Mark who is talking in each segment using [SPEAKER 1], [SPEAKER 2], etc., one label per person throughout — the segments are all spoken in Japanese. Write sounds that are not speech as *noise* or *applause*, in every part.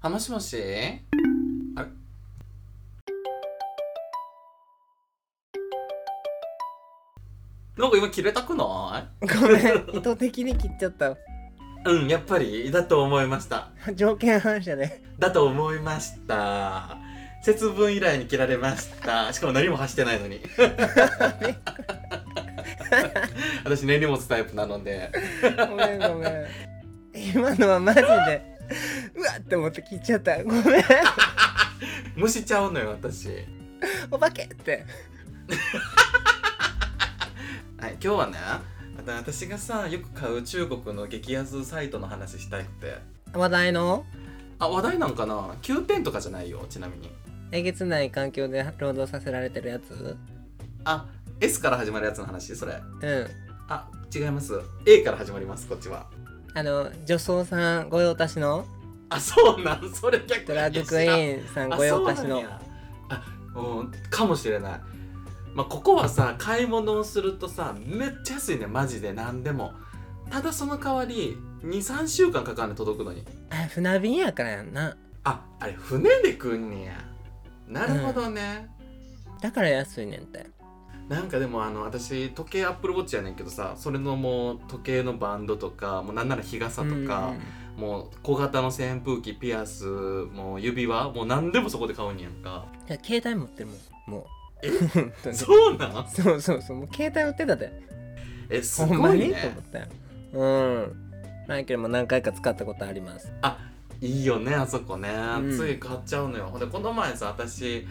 [SPEAKER 1] あ、もしもしあれなんか今切れたくな
[SPEAKER 2] ごめん意図的に切っちゃった
[SPEAKER 1] いうん、やっぱり、だと思いました。
[SPEAKER 2] 条件反射で
[SPEAKER 1] だと思いました。節分以来に切られました。しかも何も発してないの *laughs* に。私、根に持つタイプなので。
[SPEAKER 2] ごめんごめん今のはマジでうわって思って切っちゃったごめん
[SPEAKER 1] 蒸しちゃうのよ、私。
[SPEAKER 2] お化けって
[SPEAKER 1] はい、今日はね、あと私がさ、よく買う中国の激安サイトの話したくて。
[SPEAKER 2] 話題の
[SPEAKER 1] あ、話題なんかな ?9 点とかじゃないよ、ちなみに。
[SPEAKER 2] えげつない環境で労働させられてるやつ
[SPEAKER 1] あ、S から始まるやつの話それ。
[SPEAKER 2] うん
[SPEAKER 1] あ、違います。A から始まります、こっちは。
[SPEAKER 2] あの女装さん御用達の
[SPEAKER 1] あ、そうなん、それ逆に知
[SPEAKER 2] ド
[SPEAKER 1] ら
[SPEAKER 2] ラ
[SPEAKER 1] ん。
[SPEAKER 2] ッグクイーンさん
[SPEAKER 1] あ
[SPEAKER 2] 御用達
[SPEAKER 1] そうなん
[SPEAKER 2] の
[SPEAKER 1] やあうんかもしれないまあここはさ買い物をするとさめっちゃ安いねマジで何でもただその代わり23週間かかんね届くのに
[SPEAKER 2] あ船便やからやんな
[SPEAKER 1] ああれ船で来んねやなるほどね、
[SPEAKER 2] だから安いねんて
[SPEAKER 1] なんかでもあの私時計アップルウォッチやねんけどさそれのもう時計のバンドとかもうなんなら日傘とか、もう小型の扇風機ピアスもう指輪もう何でもそこで買うんやんか
[SPEAKER 2] いや携帯持ってるもんも
[SPEAKER 1] え
[SPEAKER 2] う *laughs* 本当に
[SPEAKER 1] そうなん
[SPEAKER 2] そうそうそうもう携帯売ってたで
[SPEAKER 1] えす
[SPEAKER 2] ほん
[SPEAKER 1] ご
[SPEAKER 2] ま
[SPEAKER 1] い
[SPEAKER 2] に、
[SPEAKER 1] ね
[SPEAKER 2] と思ったようんマイケルも何回か使ったことあります
[SPEAKER 1] いいよねあそこね、
[SPEAKER 2] ん
[SPEAKER 1] つい買っちゃうのよほんでこの前さ私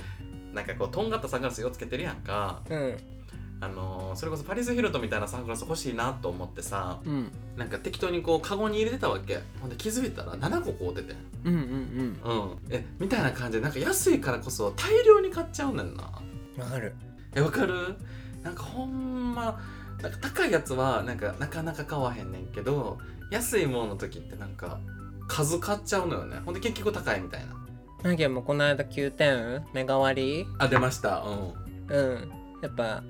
[SPEAKER 1] なんかこうとんがったサングラスをつけてるやんか
[SPEAKER 2] うん
[SPEAKER 1] あのーそれこそパリス・ヒルトンみたいなサングラス欲しいなと思ってさ
[SPEAKER 2] うん
[SPEAKER 1] なんか適当にこうカゴに入れてたわけほんで気づいたら7個買うてて
[SPEAKER 2] うんうん
[SPEAKER 1] うんえみたいな感じでなんか安いからこそ大量に買っちゃうねんな
[SPEAKER 2] うんわかる
[SPEAKER 1] えわかるなんかほんまなんか高いやつはなんかなかなか買わへんねんけど安いものの時ってなんか数買っちゃうのよねほんで結局高いみたいな
[SPEAKER 2] マイケルもこの間9点目代わり
[SPEAKER 1] あ出ましたうん *laughs*
[SPEAKER 2] うんやっぱ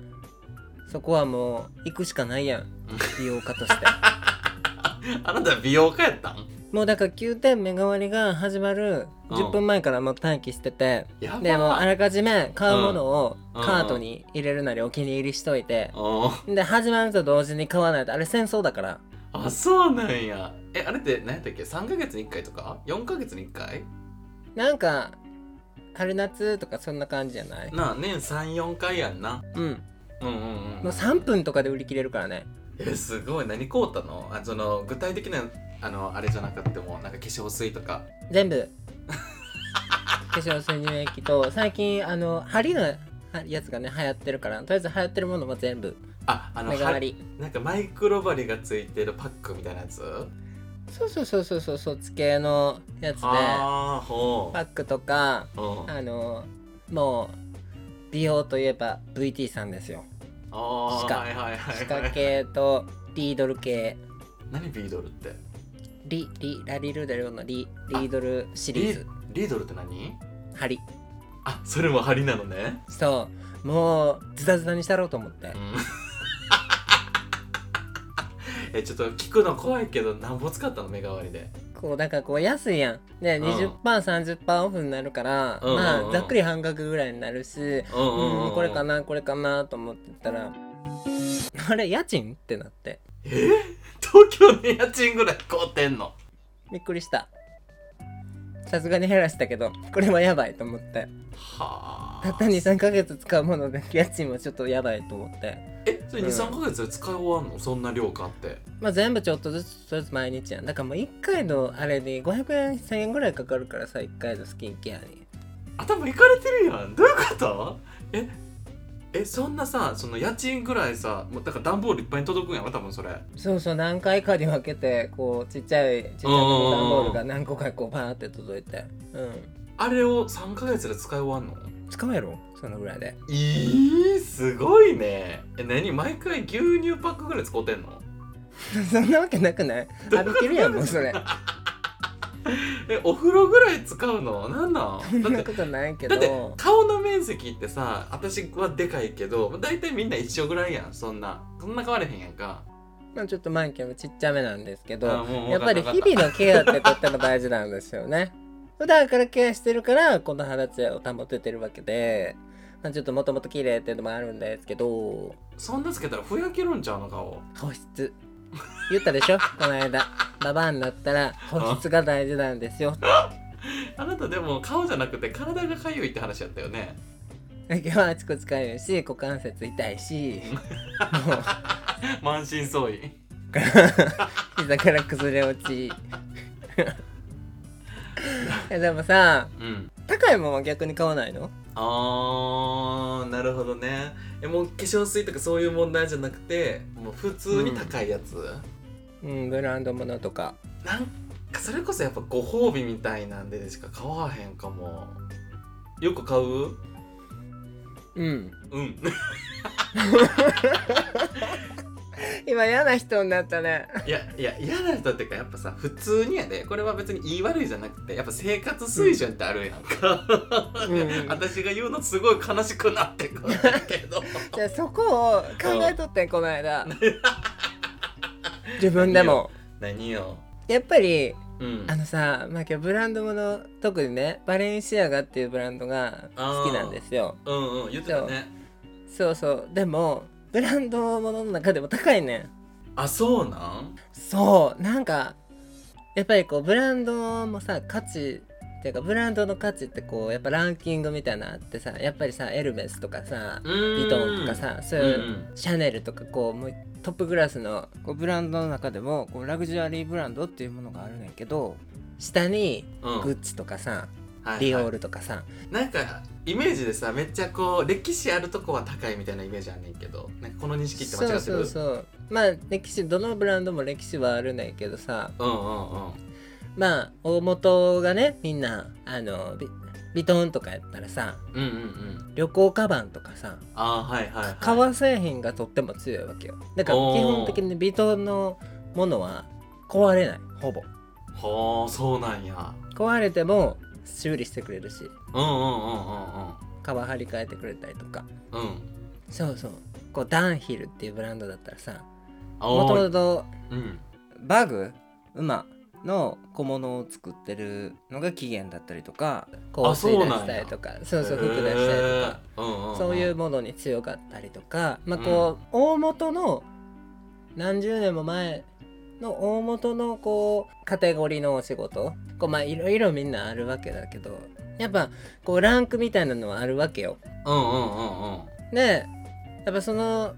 [SPEAKER 2] そこはもう行くしかないやん美容家と *laughs* して
[SPEAKER 1] あなた美容家やったん
[SPEAKER 2] もうだから9点目代わりが始まる10分前からもう待機してて、
[SPEAKER 1] やば
[SPEAKER 2] でもうあ
[SPEAKER 1] れ
[SPEAKER 2] らかじめ買うものを
[SPEAKER 1] うん
[SPEAKER 2] カートに入れるなりお気に入りしといて、
[SPEAKER 1] あ
[SPEAKER 2] で始まると同時に買わないとあれ戦争だから
[SPEAKER 1] あそうなんやえあれって何やったっけ3ヶ月に1回とか4ヶ月に1回
[SPEAKER 2] なんか春夏とかそんな感じじゃない
[SPEAKER 1] なあ年34回やんな
[SPEAKER 2] うん
[SPEAKER 1] うんうんうん
[SPEAKER 2] もう3分とかで売り切れるからね
[SPEAKER 1] えすごい何買うたのあその具体的なあのあれじゃなくてもなんか化粧水とか
[SPEAKER 2] 全部 *laughs* 化粧水乳液と最近あの針のやつがね流行ってるからとりあえず流行ってるものも全部
[SPEAKER 1] ああの
[SPEAKER 2] 目代わり
[SPEAKER 1] はなんかマイクロバリがついてるパックみたいなやつ
[SPEAKER 2] そうそうそうそうそうそうつけのやつで
[SPEAKER 1] ああほ
[SPEAKER 2] パックとか
[SPEAKER 1] ううんあ
[SPEAKER 2] あのもう美容といえば VT さんですよ
[SPEAKER 1] あ
[SPEAKER 2] 歯
[SPEAKER 1] ー
[SPEAKER 2] 科
[SPEAKER 1] はいはいはい
[SPEAKER 2] 歯科系とリードル系
[SPEAKER 1] 何ビードルって
[SPEAKER 2] リリラリルデルのリリードルシリーズ
[SPEAKER 1] リードルって何
[SPEAKER 2] 針
[SPEAKER 1] あそれも針なのね
[SPEAKER 2] そうもうズタズタにしたろうと思って、
[SPEAKER 1] うん *laughs* えちょっと聞くの怖いけど何本使ったの目代わりで
[SPEAKER 2] こうなんかこう安いやんで
[SPEAKER 1] うん
[SPEAKER 2] 20%30% オフになるから、
[SPEAKER 1] うんうんうん
[SPEAKER 2] まあざっくり半額ぐらいになるし、
[SPEAKER 1] うん
[SPEAKER 2] うんこれかなこれかなと思ってたらあれ家賃ってなって
[SPEAKER 1] え東京の家賃ぐらい買うてんの
[SPEAKER 2] びっくりしたさすがに減らしたけどこれはやばいと思って
[SPEAKER 1] はあ
[SPEAKER 2] たった23ヶ月使うもので家賃はちょっとやばいと思って
[SPEAKER 1] えそれ
[SPEAKER 2] うん
[SPEAKER 1] 23か月で使い終わんのそんな量買って
[SPEAKER 2] まあ全部ちょっとずつちょっとずつ毎日やんだからもう1回のあれで500円1000円ぐらいかかるからさ1回のスキンケアに
[SPEAKER 1] 頭いかれてるやんどういうことええそんなさその家賃ぐらいさもうだから段ボールいっぱいに届くんやろ多分それ
[SPEAKER 2] そうそう何回かに分けてこうちっちゃいちっちゃい段ボールが何個かこうバーって届いてう
[SPEAKER 1] あれを3か月で使い終わんの
[SPEAKER 2] ん使うやろそのぐらいで
[SPEAKER 1] いいすごいねえ何毎回牛乳パックぐらい使うてんの
[SPEAKER 2] *laughs* そんなわけなくない浴びてるやんもうそれ
[SPEAKER 1] えお風呂ぐらい使うのなんな
[SPEAKER 2] そん
[SPEAKER 1] んだっ
[SPEAKER 2] な
[SPEAKER 1] て
[SPEAKER 2] ことないけ
[SPEAKER 1] だって
[SPEAKER 2] ど
[SPEAKER 1] 顔の面積ってさ私はでかいけど大体みんな一緒ぐらいやんそんなそんな変われへんやんか
[SPEAKER 2] まあちょっとマイケルもちっちゃめなんですけ
[SPEAKER 1] あ
[SPEAKER 2] ど
[SPEAKER 1] もう
[SPEAKER 2] やっぱり日々のケアってとっても大事なんですよね普段からケアしてるからこの肌ツヤを保ててるわけで、まあ、ちょっともともと綺麗っていうのもあるんですけど
[SPEAKER 1] そんなつけたらふやけるんちゃうの顔
[SPEAKER 2] 保湿言ったで *laughs* しょこの間ババアになったら保湿が大事なんですよ
[SPEAKER 1] あなたでも顔じゃなくて体がかゆいって話やったよね
[SPEAKER 2] 今日はあちこちかゆいし股関節痛いしもう
[SPEAKER 1] 満身創痍
[SPEAKER 2] 膝から崩れ落ち *laughs* いやでもさ
[SPEAKER 1] うん
[SPEAKER 2] 高いもんは逆に買わないの
[SPEAKER 1] あーなるほどねえもう化粧水とかそういう問題じゃなくてもう普通に高いやつ、
[SPEAKER 2] うんブランド物とか
[SPEAKER 1] なんかそれこそやっぱご褒美みたいなんでしか買わへんかもよく買う
[SPEAKER 2] うん
[SPEAKER 1] うん *laughs*
[SPEAKER 2] 今嫌な人になったね
[SPEAKER 1] いやいや嫌な人っていうかやっぱさ普通にやでこれは別に言い悪いじゃなくてやっぱ生活水準ってあるやんか、
[SPEAKER 2] うん
[SPEAKER 1] 私が言うのすごい悲しくなってくるんだけど
[SPEAKER 2] *laughs* じゃあそこを考えとってんこの *laughs* 間自分でも
[SPEAKER 1] *laughs* 何よ
[SPEAKER 2] やっぱり
[SPEAKER 1] うん
[SPEAKER 2] あのさ、まあ、今日ブランド物特にねバレンシアガっていうブランドが好きなんですよ
[SPEAKER 1] うんうん言ってたね
[SPEAKER 2] そうそうでもブランド物の中でも高いねん
[SPEAKER 1] あそうなん
[SPEAKER 2] そうなんかやっぱりこうブランドもさ価値っていうかブランドの価値ってこうやっぱランキングみたいなのあってさやっぱりさエルメスとかさ
[SPEAKER 1] うーん
[SPEAKER 2] ヴィトンとかさそう
[SPEAKER 1] うん
[SPEAKER 2] いうう、
[SPEAKER 1] ん
[SPEAKER 2] シャネルとかこうもうトップクラスのこうブランドの中でもこうラグジュアリーブランドっていうものがあるねんけど下に
[SPEAKER 1] うん
[SPEAKER 2] グッチとかさ、
[SPEAKER 1] はいはい
[SPEAKER 2] ディオールとかさ、
[SPEAKER 1] なんかイメージでさめっちゃこう歴史あるとこは高いみたいなイメージあんねんけどなんかこの認識って間違って
[SPEAKER 2] そ
[SPEAKER 1] る
[SPEAKER 2] うそうそうまあ歴史どのブランドも歴史はあるねんけどさ
[SPEAKER 1] うんうんうん
[SPEAKER 2] まあ大元がねみんなあのビビトンとかやったらさ
[SPEAKER 1] うんうんうん
[SPEAKER 2] 旅行カバンとかさ
[SPEAKER 1] あーはいはいはい
[SPEAKER 2] 革製品がとっても強いわけよだから
[SPEAKER 1] おー
[SPEAKER 2] 基本的にビトンのものは壊れないほぼ
[SPEAKER 1] はあそうなんや
[SPEAKER 2] 壊れても修理してくれるし
[SPEAKER 1] うんうんうん
[SPEAKER 2] 革張り替えてくれたりとか
[SPEAKER 1] うんうんうん
[SPEAKER 2] そうそうこうダンヒルっていうブランドだったらさ
[SPEAKER 1] あ
[SPEAKER 2] もと
[SPEAKER 1] ー
[SPEAKER 2] もと
[SPEAKER 1] うん
[SPEAKER 2] バグ馬の小物を作ってるのが起源だったりとか香
[SPEAKER 1] あ
[SPEAKER 2] 水
[SPEAKER 1] そうな
[SPEAKER 2] 出
[SPEAKER 1] んや
[SPEAKER 2] したりとかそうそう
[SPEAKER 1] へー
[SPEAKER 2] 服出したりとか
[SPEAKER 1] うんんん
[SPEAKER 2] そういうものに強かったりとか、まあこう大元の何十年も前の大元のこうカテゴリーのお仕事こうまあいろいろみんなあるわけだけどやっぱこうランクみたいなのはあるわけよ。
[SPEAKER 1] うんうんうんうん
[SPEAKER 2] でやっぱその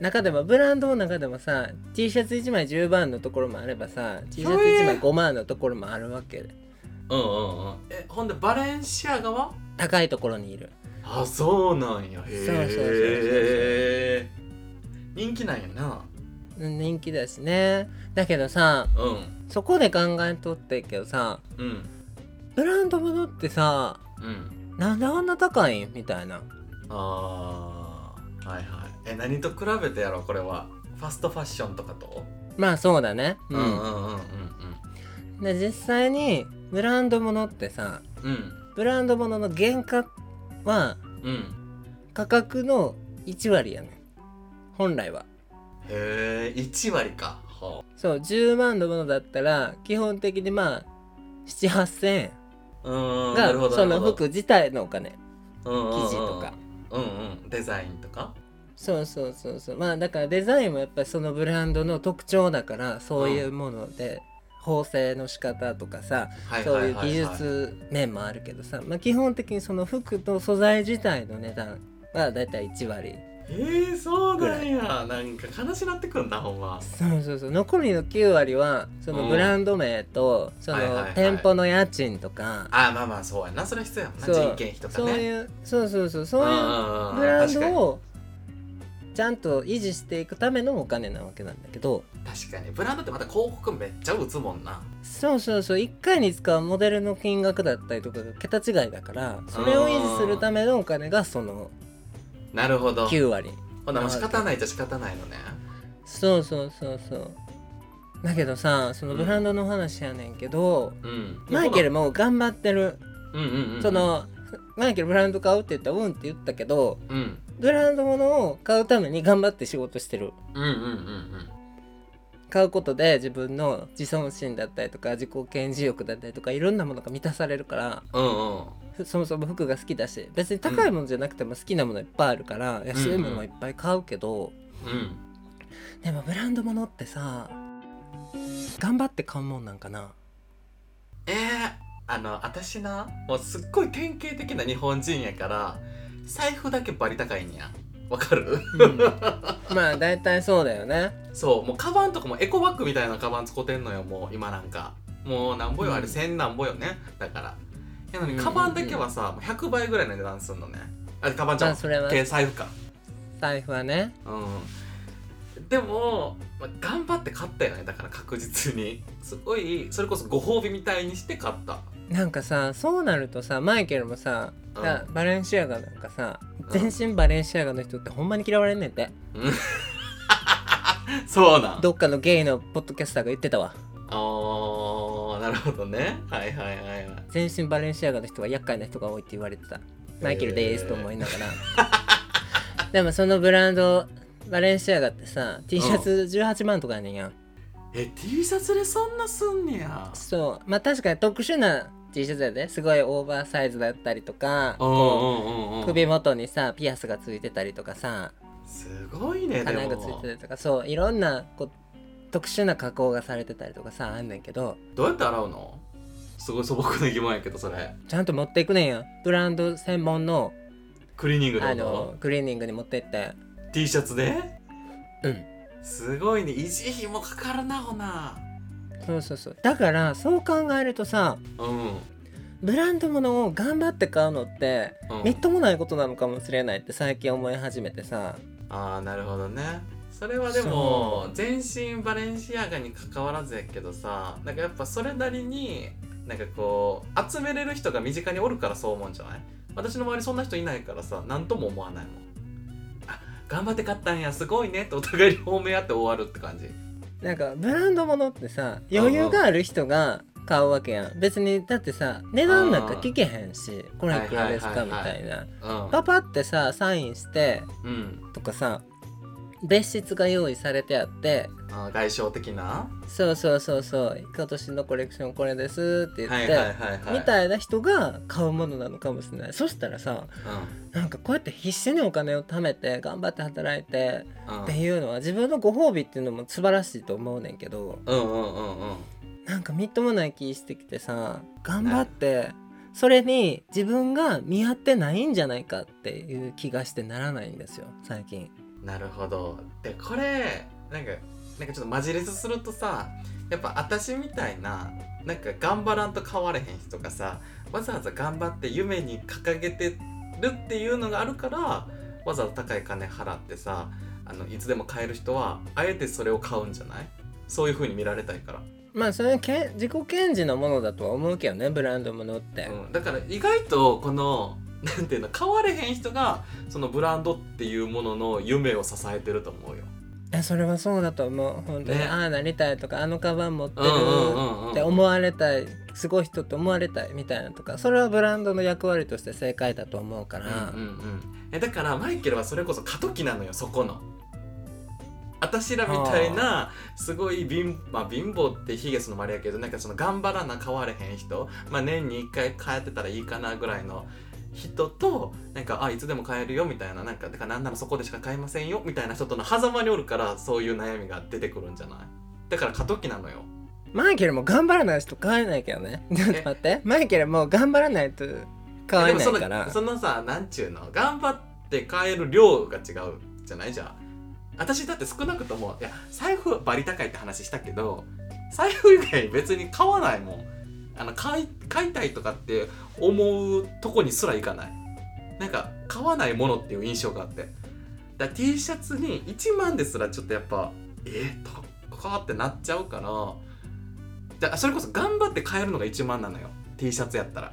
[SPEAKER 2] 中でもブランドの中でもさ T シャツ1枚10万のところもあればさ T シャツ1枚5万のところもあるわけで
[SPEAKER 1] うんうんうんえほんでバレンシアガは
[SPEAKER 2] 高いところにいる
[SPEAKER 1] あそうなんやへえ人気なんやな
[SPEAKER 2] うん人気だしねだけどさ
[SPEAKER 1] うん
[SPEAKER 2] そこで考えとってんけどさ
[SPEAKER 1] うん
[SPEAKER 2] ブランド物ってさ
[SPEAKER 1] うん
[SPEAKER 2] なんであんな高いんみたいな
[SPEAKER 1] あーはいはいえ何と比べてやろこれはファストファッションとかと
[SPEAKER 2] まあそうだね
[SPEAKER 1] う
[SPEAKER 2] うん
[SPEAKER 1] うん
[SPEAKER 2] ん、
[SPEAKER 1] うんうん
[SPEAKER 2] で実際にブランド物ってさ
[SPEAKER 1] うんうん
[SPEAKER 2] ブランド物の原価は
[SPEAKER 1] うん
[SPEAKER 2] 価格の1割やねん本来は
[SPEAKER 1] へえ1割かは
[SPEAKER 2] そう10万のものだったら基本的にまあ78000円
[SPEAKER 1] あうーんな
[SPEAKER 2] が
[SPEAKER 1] るほど
[SPEAKER 2] そ
[SPEAKER 1] なる
[SPEAKER 2] の
[SPEAKER 1] ほど
[SPEAKER 2] 服自体のお金
[SPEAKER 1] うんうんうん
[SPEAKER 2] 生地とか
[SPEAKER 1] うんうんデザインとか
[SPEAKER 2] そうそうそうそうまあだからデザインもやっぱりそのブランドの特徴だからそういうもので縫製の仕方とかさ
[SPEAKER 1] はい
[SPEAKER 2] そう
[SPEAKER 1] はい
[SPEAKER 2] いう
[SPEAKER 1] はい
[SPEAKER 2] 技
[SPEAKER 1] はい
[SPEAKER 2] 術面もあるけどさ、まあ、基本的にその服と素材自体の値段はだいたい1割
[SPEAKER 1] えー、そうなんやなんか悲しなってくんだほんま
[SPEAKER 2] そうそうそう残りの9割はそのブランド名とそ
[SPEAKER 1] はいはい
[SPEAKER 2] の
[SPEAKER 1] はい
[SPEAKER 2] 店舗の家賃とか、
[SPEAKER 1] あまあまあそうやなそれは必要やもんな
[SPEAKER 2] そう
[SPEAKER 1] 人件費とか
[SPEAKER 2] そう
[SPEAKER 1] ね
[SPEAKER 2] いうそうそうそうそういううブ
[SPEAKER 1] ブ
[SPEAKER 2] ランドをちゃんと維持していくためのお金なわけなんだけど
[SPEAKER 1] 確かにブランドってまた広告めっちゃ打つもんな
[SPEAKER 2] そうそうそう1回に使うモデルの金額だったりとかが桁違いだからそれを維持するためのお金がその
[SPEAKER 1] なるほど
[SPEAKER 2] 9割
[SPEAKER 1] ほなもう仕方ないじゃ仕方ないのね
[SPEAKER 2] そうそうそうそうだけどさそのブランドの話やねんけど、
[SPEAKER 1] うん
[SPEAKER 2] マイケル
[SPEAKER 1] も
[SPEAKER 2] も頑張ってる、
[SPEAKER 1] うんうん、うん、
[SPEAKER 2] そのマイケルブランド買うって言ったらうんって言ったけど
[SPEAKER 1] うん
[SPEAKER 2] ブランド物を買うために頑張って仕事してる
[SPEAKER 1] うんうんうんうん
[SPEAKER 2] 買うことで自分の自尊心だったりとか自己顕示欲だったりとかいろんなものが満たされるから
[SPEAKER 1] うんうん
[SPEAKER 2] ふそもそも服が好きだし別に高いものじゃなくても好きなものいっぱいあるから、安いものはいっぱい買うけど、
[SPEAKER 1] うん
[SPEAKER 2] でもブランド物ってさ頑張って買うもんなんかな
[SPEAKER 1] えー、あの私なもうすっごい典型的な日本人やから財布だけバリ高いんやわかる
[SPEAKER 2] うん *laughs* まあ大体そうだよね
[SPEAKER 1] そうもうカバンとかもエコバッグみたいなカバン使ってんのよもう今なんかもうなんぼよあ
[SPEAKER 2] う
[SPEAKER 1] れ
[SPEAKER 2] ん
[SPEAKER 1] 千なんぼよねだからやの
[SPEAKER 2] う
[SPEAKER 1] に
[SPEAKER 2] んうんうん
[SPEAKER 1] カバンだけはさもう100倍ぐらいの値段すんのねあカバンじゃ
[SPEAKER 2] ま
[SPEAKER 1] ん
[SPEAKER 2] あそれは
[SPEAKER 1] 計財布か
[SPEAKER 2] 財布はね
[SPEAKER 1] うんでも、まあ頑張って買ったよねだから確実にすごいそれこそご褒美みたいにして買った
[SPEAKER 2] なんかさそうなるとさマイケルもさ、
[SPEAKER 1] うん
[SPEAKER 2] だバレンシアガなんかさ
[SPEAKER 1] うん
[SPEAKER 2] 全身バレンシアガの人ってほんまに嫌われんねんて、
[SPEAKER 1] そうなん
[SPEAKER 2] どっかのゲイのポッドキャスターが言ってたわ
[SPEAKER 1] あーなるほどねはいはいはいはい
[SPEAKER 2] 全身バレンシアガの人は厄介な人が多いって言われてたマイケルでーすと思いながら、 *laughs* でもそのブランドバレンシアガってさ T シャツ18万とかやねんやん、
[SPEAKER 1] え T シャツでそんなすんねや
[SPEAKER 2] そうまあ確かに特殊な T シャツやで、すごいオーバーサイズだったりとか
[SPEAKER 1] うん
[SPEAKER 2] こ
[SPEAKER 1] うんうんう
[SPEAKER 2] うん首元にさピアスがついてたりとかさ
[SPEAKER 1] すごいねで
[SPEAKER 2] 花
[SPEAKER 1] も
[SPEAKER 2] がついてたりとかそういろんなこう特殊な加工がされてたりとかさあんねんけど
[SPEAKER 1] どうやって洗うのすごい素朴な疑問やけどそれ
[SPEAKER 2] ちゃんと持っていくねんやブランド専門の
[SPEAKER 1] クリーニング
[SPEAKER 2] あ
[SPEAKER 1] での
[SPEAKER 2] のクリーニングに持ってって
[SPEAKER 1] T シャツで
[SPEAKER 2] うん
[SPEAKER 1] すごいね維持費もかかるなほな
[SPEAKER 2] そうそうそうだからそう考えるとさ
[SPEAKER 1] うん、うん、
[SPEAKER 2] ブランド物を頑張って買うのってみっともないことなのかもしれないって最近思い始めてさ
[SPEAKER 1] ああなるほどねそれはでも全身バレンシアガに関わらずやけどさなんかやっぱそれなりになんかこう集めれる人が身近におるからそう思うんじゃない私の周りそんな人いないからさ何とも思わないもんあ頑張って買ったんやすごいねってお互いに褒め合って終わるって感じ
[SPEAKER 2] なんかブランド物ってさ余裕がある人が買うわけやん別にだってさ値段なんか聞けへんしこれいくらですか
[SPEAKER 1] はい
[SPEAKER 2] み
[SPEAKER 1] はいはいは
[SPEAKER 2] た
[SPEAKER 1] い
[SPEAKER 2] いな
[SPEAKER 1] うん
[SPEAKER 2] パパってさサインして
[SPEAKER 1] うん
[SPEAKER 2] とかさ別室が用意されてあって
[SPEAKER 1] あー外傷的な
[SPEAKER 2] そうそうそうそう今年のコレクションこれですって言
[SPEAKER 1] は
[SPEAKER 2] っ
[SPEAKER 1] い
[SPEAKER 2] て、
[SPEAKER 1] はいはいはい
[SPEAKER 2] みたいな人が買うものなのかもしれないそしたらさなんかこうやって必死にお金を貯めて頑張って働いて
[SPEAKER 1] うん
[SPEAKER 2] っていうのは自分のご褒美っていうのも素晴らしいと思うねんけど
[SPEAKER 1] うんうんうんうん
[SPEAKER 2] なんかみっともない気してきてさ頑張ってそれに自分が見合ってないんじゃないかっていう気がしてならないんですよ最近。
[SPEAKER 1] なるほどでこれなんかなんかちょっと混じりずするとさやっぱ私みたいななんか頑張らんと変われへん人がさわざわざ頑張って夢に掲げてるっていうのがあるからわざわざ高い金払ってさあのいつでも買える人はあえてそれを買うんじゃないそういう風に見られたいから、
[SPEAKER 2] まあそれけ自己顕示のものだとは思うけどねブランドものって、
[SPEAKER 1] うん、だから意外とこの *laughs* なんていうの変われへん人がそのブランドっていうものの夢を支えてると思うよ。
[SPEAKER 2] いやそれはそうだと思う本当に、
[SPEAKER 1] ね
[SPEAKER 2] ああなりたいとかあのカバン持ってる
[SPEAKER 1] うん
[SPEAKER 2] って思われたいすごい人と思われたいみたいなとかそれはブランドの役割として正解だと思うから、
[SPEAKER 1] うんうんうん、えだからマイケルはそれこそ過渡期なのよそこの。私らみたいなすごい貧,、まあ、貧乏ってヒゲそのまれやけどなんかその頑張らな変われへん人、まあ、年に1回帰ってたらいいかなぐらいの人となんかあいつでも買えるよみたいななんかだからなんならそこでしか買えませんよみたいな人との狭間におるからそういう悩みが出てくるんじゃないだから過渡期なのよ。
[SPEAKER 2] マイケルも頑張らないと買えないけどねちょっと待ってマイケルも頑張らないと買えないから
[SPEAKER 1] でもそのそのさなんちゅうの頑張って買える量が違うじゃないじゃあ私だって少なくともいや財布バリ高いって話したけど財布以外別に買わないもんあの買い買いたいとかって思うとこにすらいかないなんか買わないものっていう印象があってだから T シャツに1万ですらちょっとやっぱえっ、とかってなっちゃうからだからそれこそ頑張って買えるのが1万なのよ T シャツやったら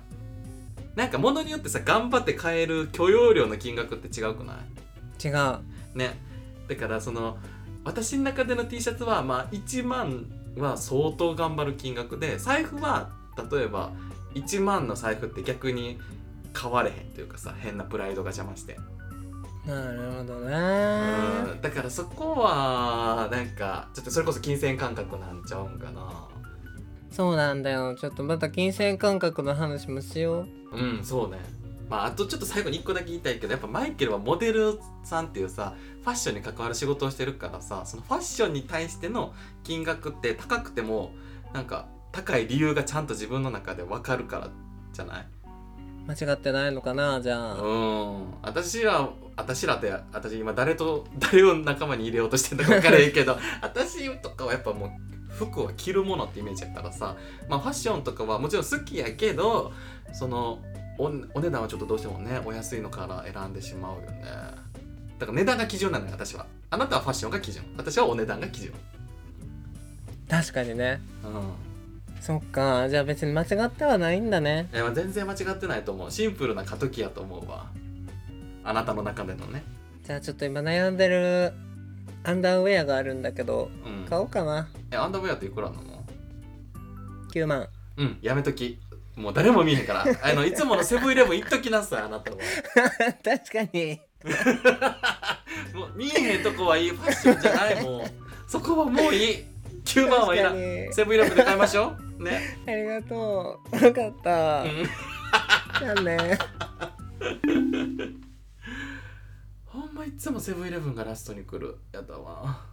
[SPEAKER 1] なんか物によってさ頑張って買える許容量の金額って違うくない
[SPEAKER 2] 違う
[SPEAKER 1] ねだからその私の中での T シャツはまあ1万は相当頑張る金額で財布は例えば1万の財布って逆に買われへんというかさ変なプライドが邪魔して
[SPEAKER 2] なるほど
[SPEAKER 1] う
[SPEAKER 2] ね
[SPEAKER 1] んだからそこはなんかちょっとそれこそ金銭感覚なんちゃうんかな
[SPEAKER 2] そうなんだよちょっとまた金銭感覚の話もしよう
[SPEAKER 1] うんそうねまああとちょっと最後に1個だけ言いたいけどやっぱマイケルはモデルさんっていうさファッションに関わる仕事をしてるからさそのファッションに対しての金額って高くてもなんか高い理由がちゃんと自分の中で分かるからじゃない
[SPEAKER 2] 間違ってないのかなじゃあ、
[SPEAKER 1] うん私ら私らって私今誰と *laughs* 誰を仲間に入れようとしてるのか分からへんけど私とかはやっぱもう服は着るものってイメージやからさ、まあ、ファッションとかはもちろん好きやけどそのおお値段はちょっとどうしてもねお安いのから選んでしまうよねだから値段が基準なのよ私はあなたはファッションが基準私はお値段が基準
[SPEAKER 2] 確かにね
[SPEAKER 1] うん
[SPEAKER 2] そっかじゃあ別に間違ってはないんだね
[SPEAKER 1] えまあ全然間違ってないと思うシンプルな過渡期やと思うわあなたの中でのね
[SPEAKER 2] じゃあちょっと今悩んでるアンダーウェアがあるんだけど
[SPEAKER 1] うん
[SPEAKER 2] 買おうかな
[SPEAKER 1] えアンダーウェアっていくらなの
[SPEAKER 2] 9万
[SPEAKER 1] うん、やめとき。もう誰も見へん *laughs* から。あの、いつものセブンイレブン行っときなさい、あなたは。
[SPEAKER 2] *laughs* 確かに
[SPEAKER 1] もう見えへんとこはいい。ファッションじゃない、もう。そこはもういい。9万はいらん。
[SPEAKER 2] 確
[SPEAKER 1] セブンイレブンで買いましょう。ね。
[SPEAKER 2] かにありがとう分かった、
[SPEAKER 1] *laughs* うん
[SPEAKER 2] じゃあね
[SPEAKER 1] ほんまいつもセブンイレブンがラストに来る。やだわ。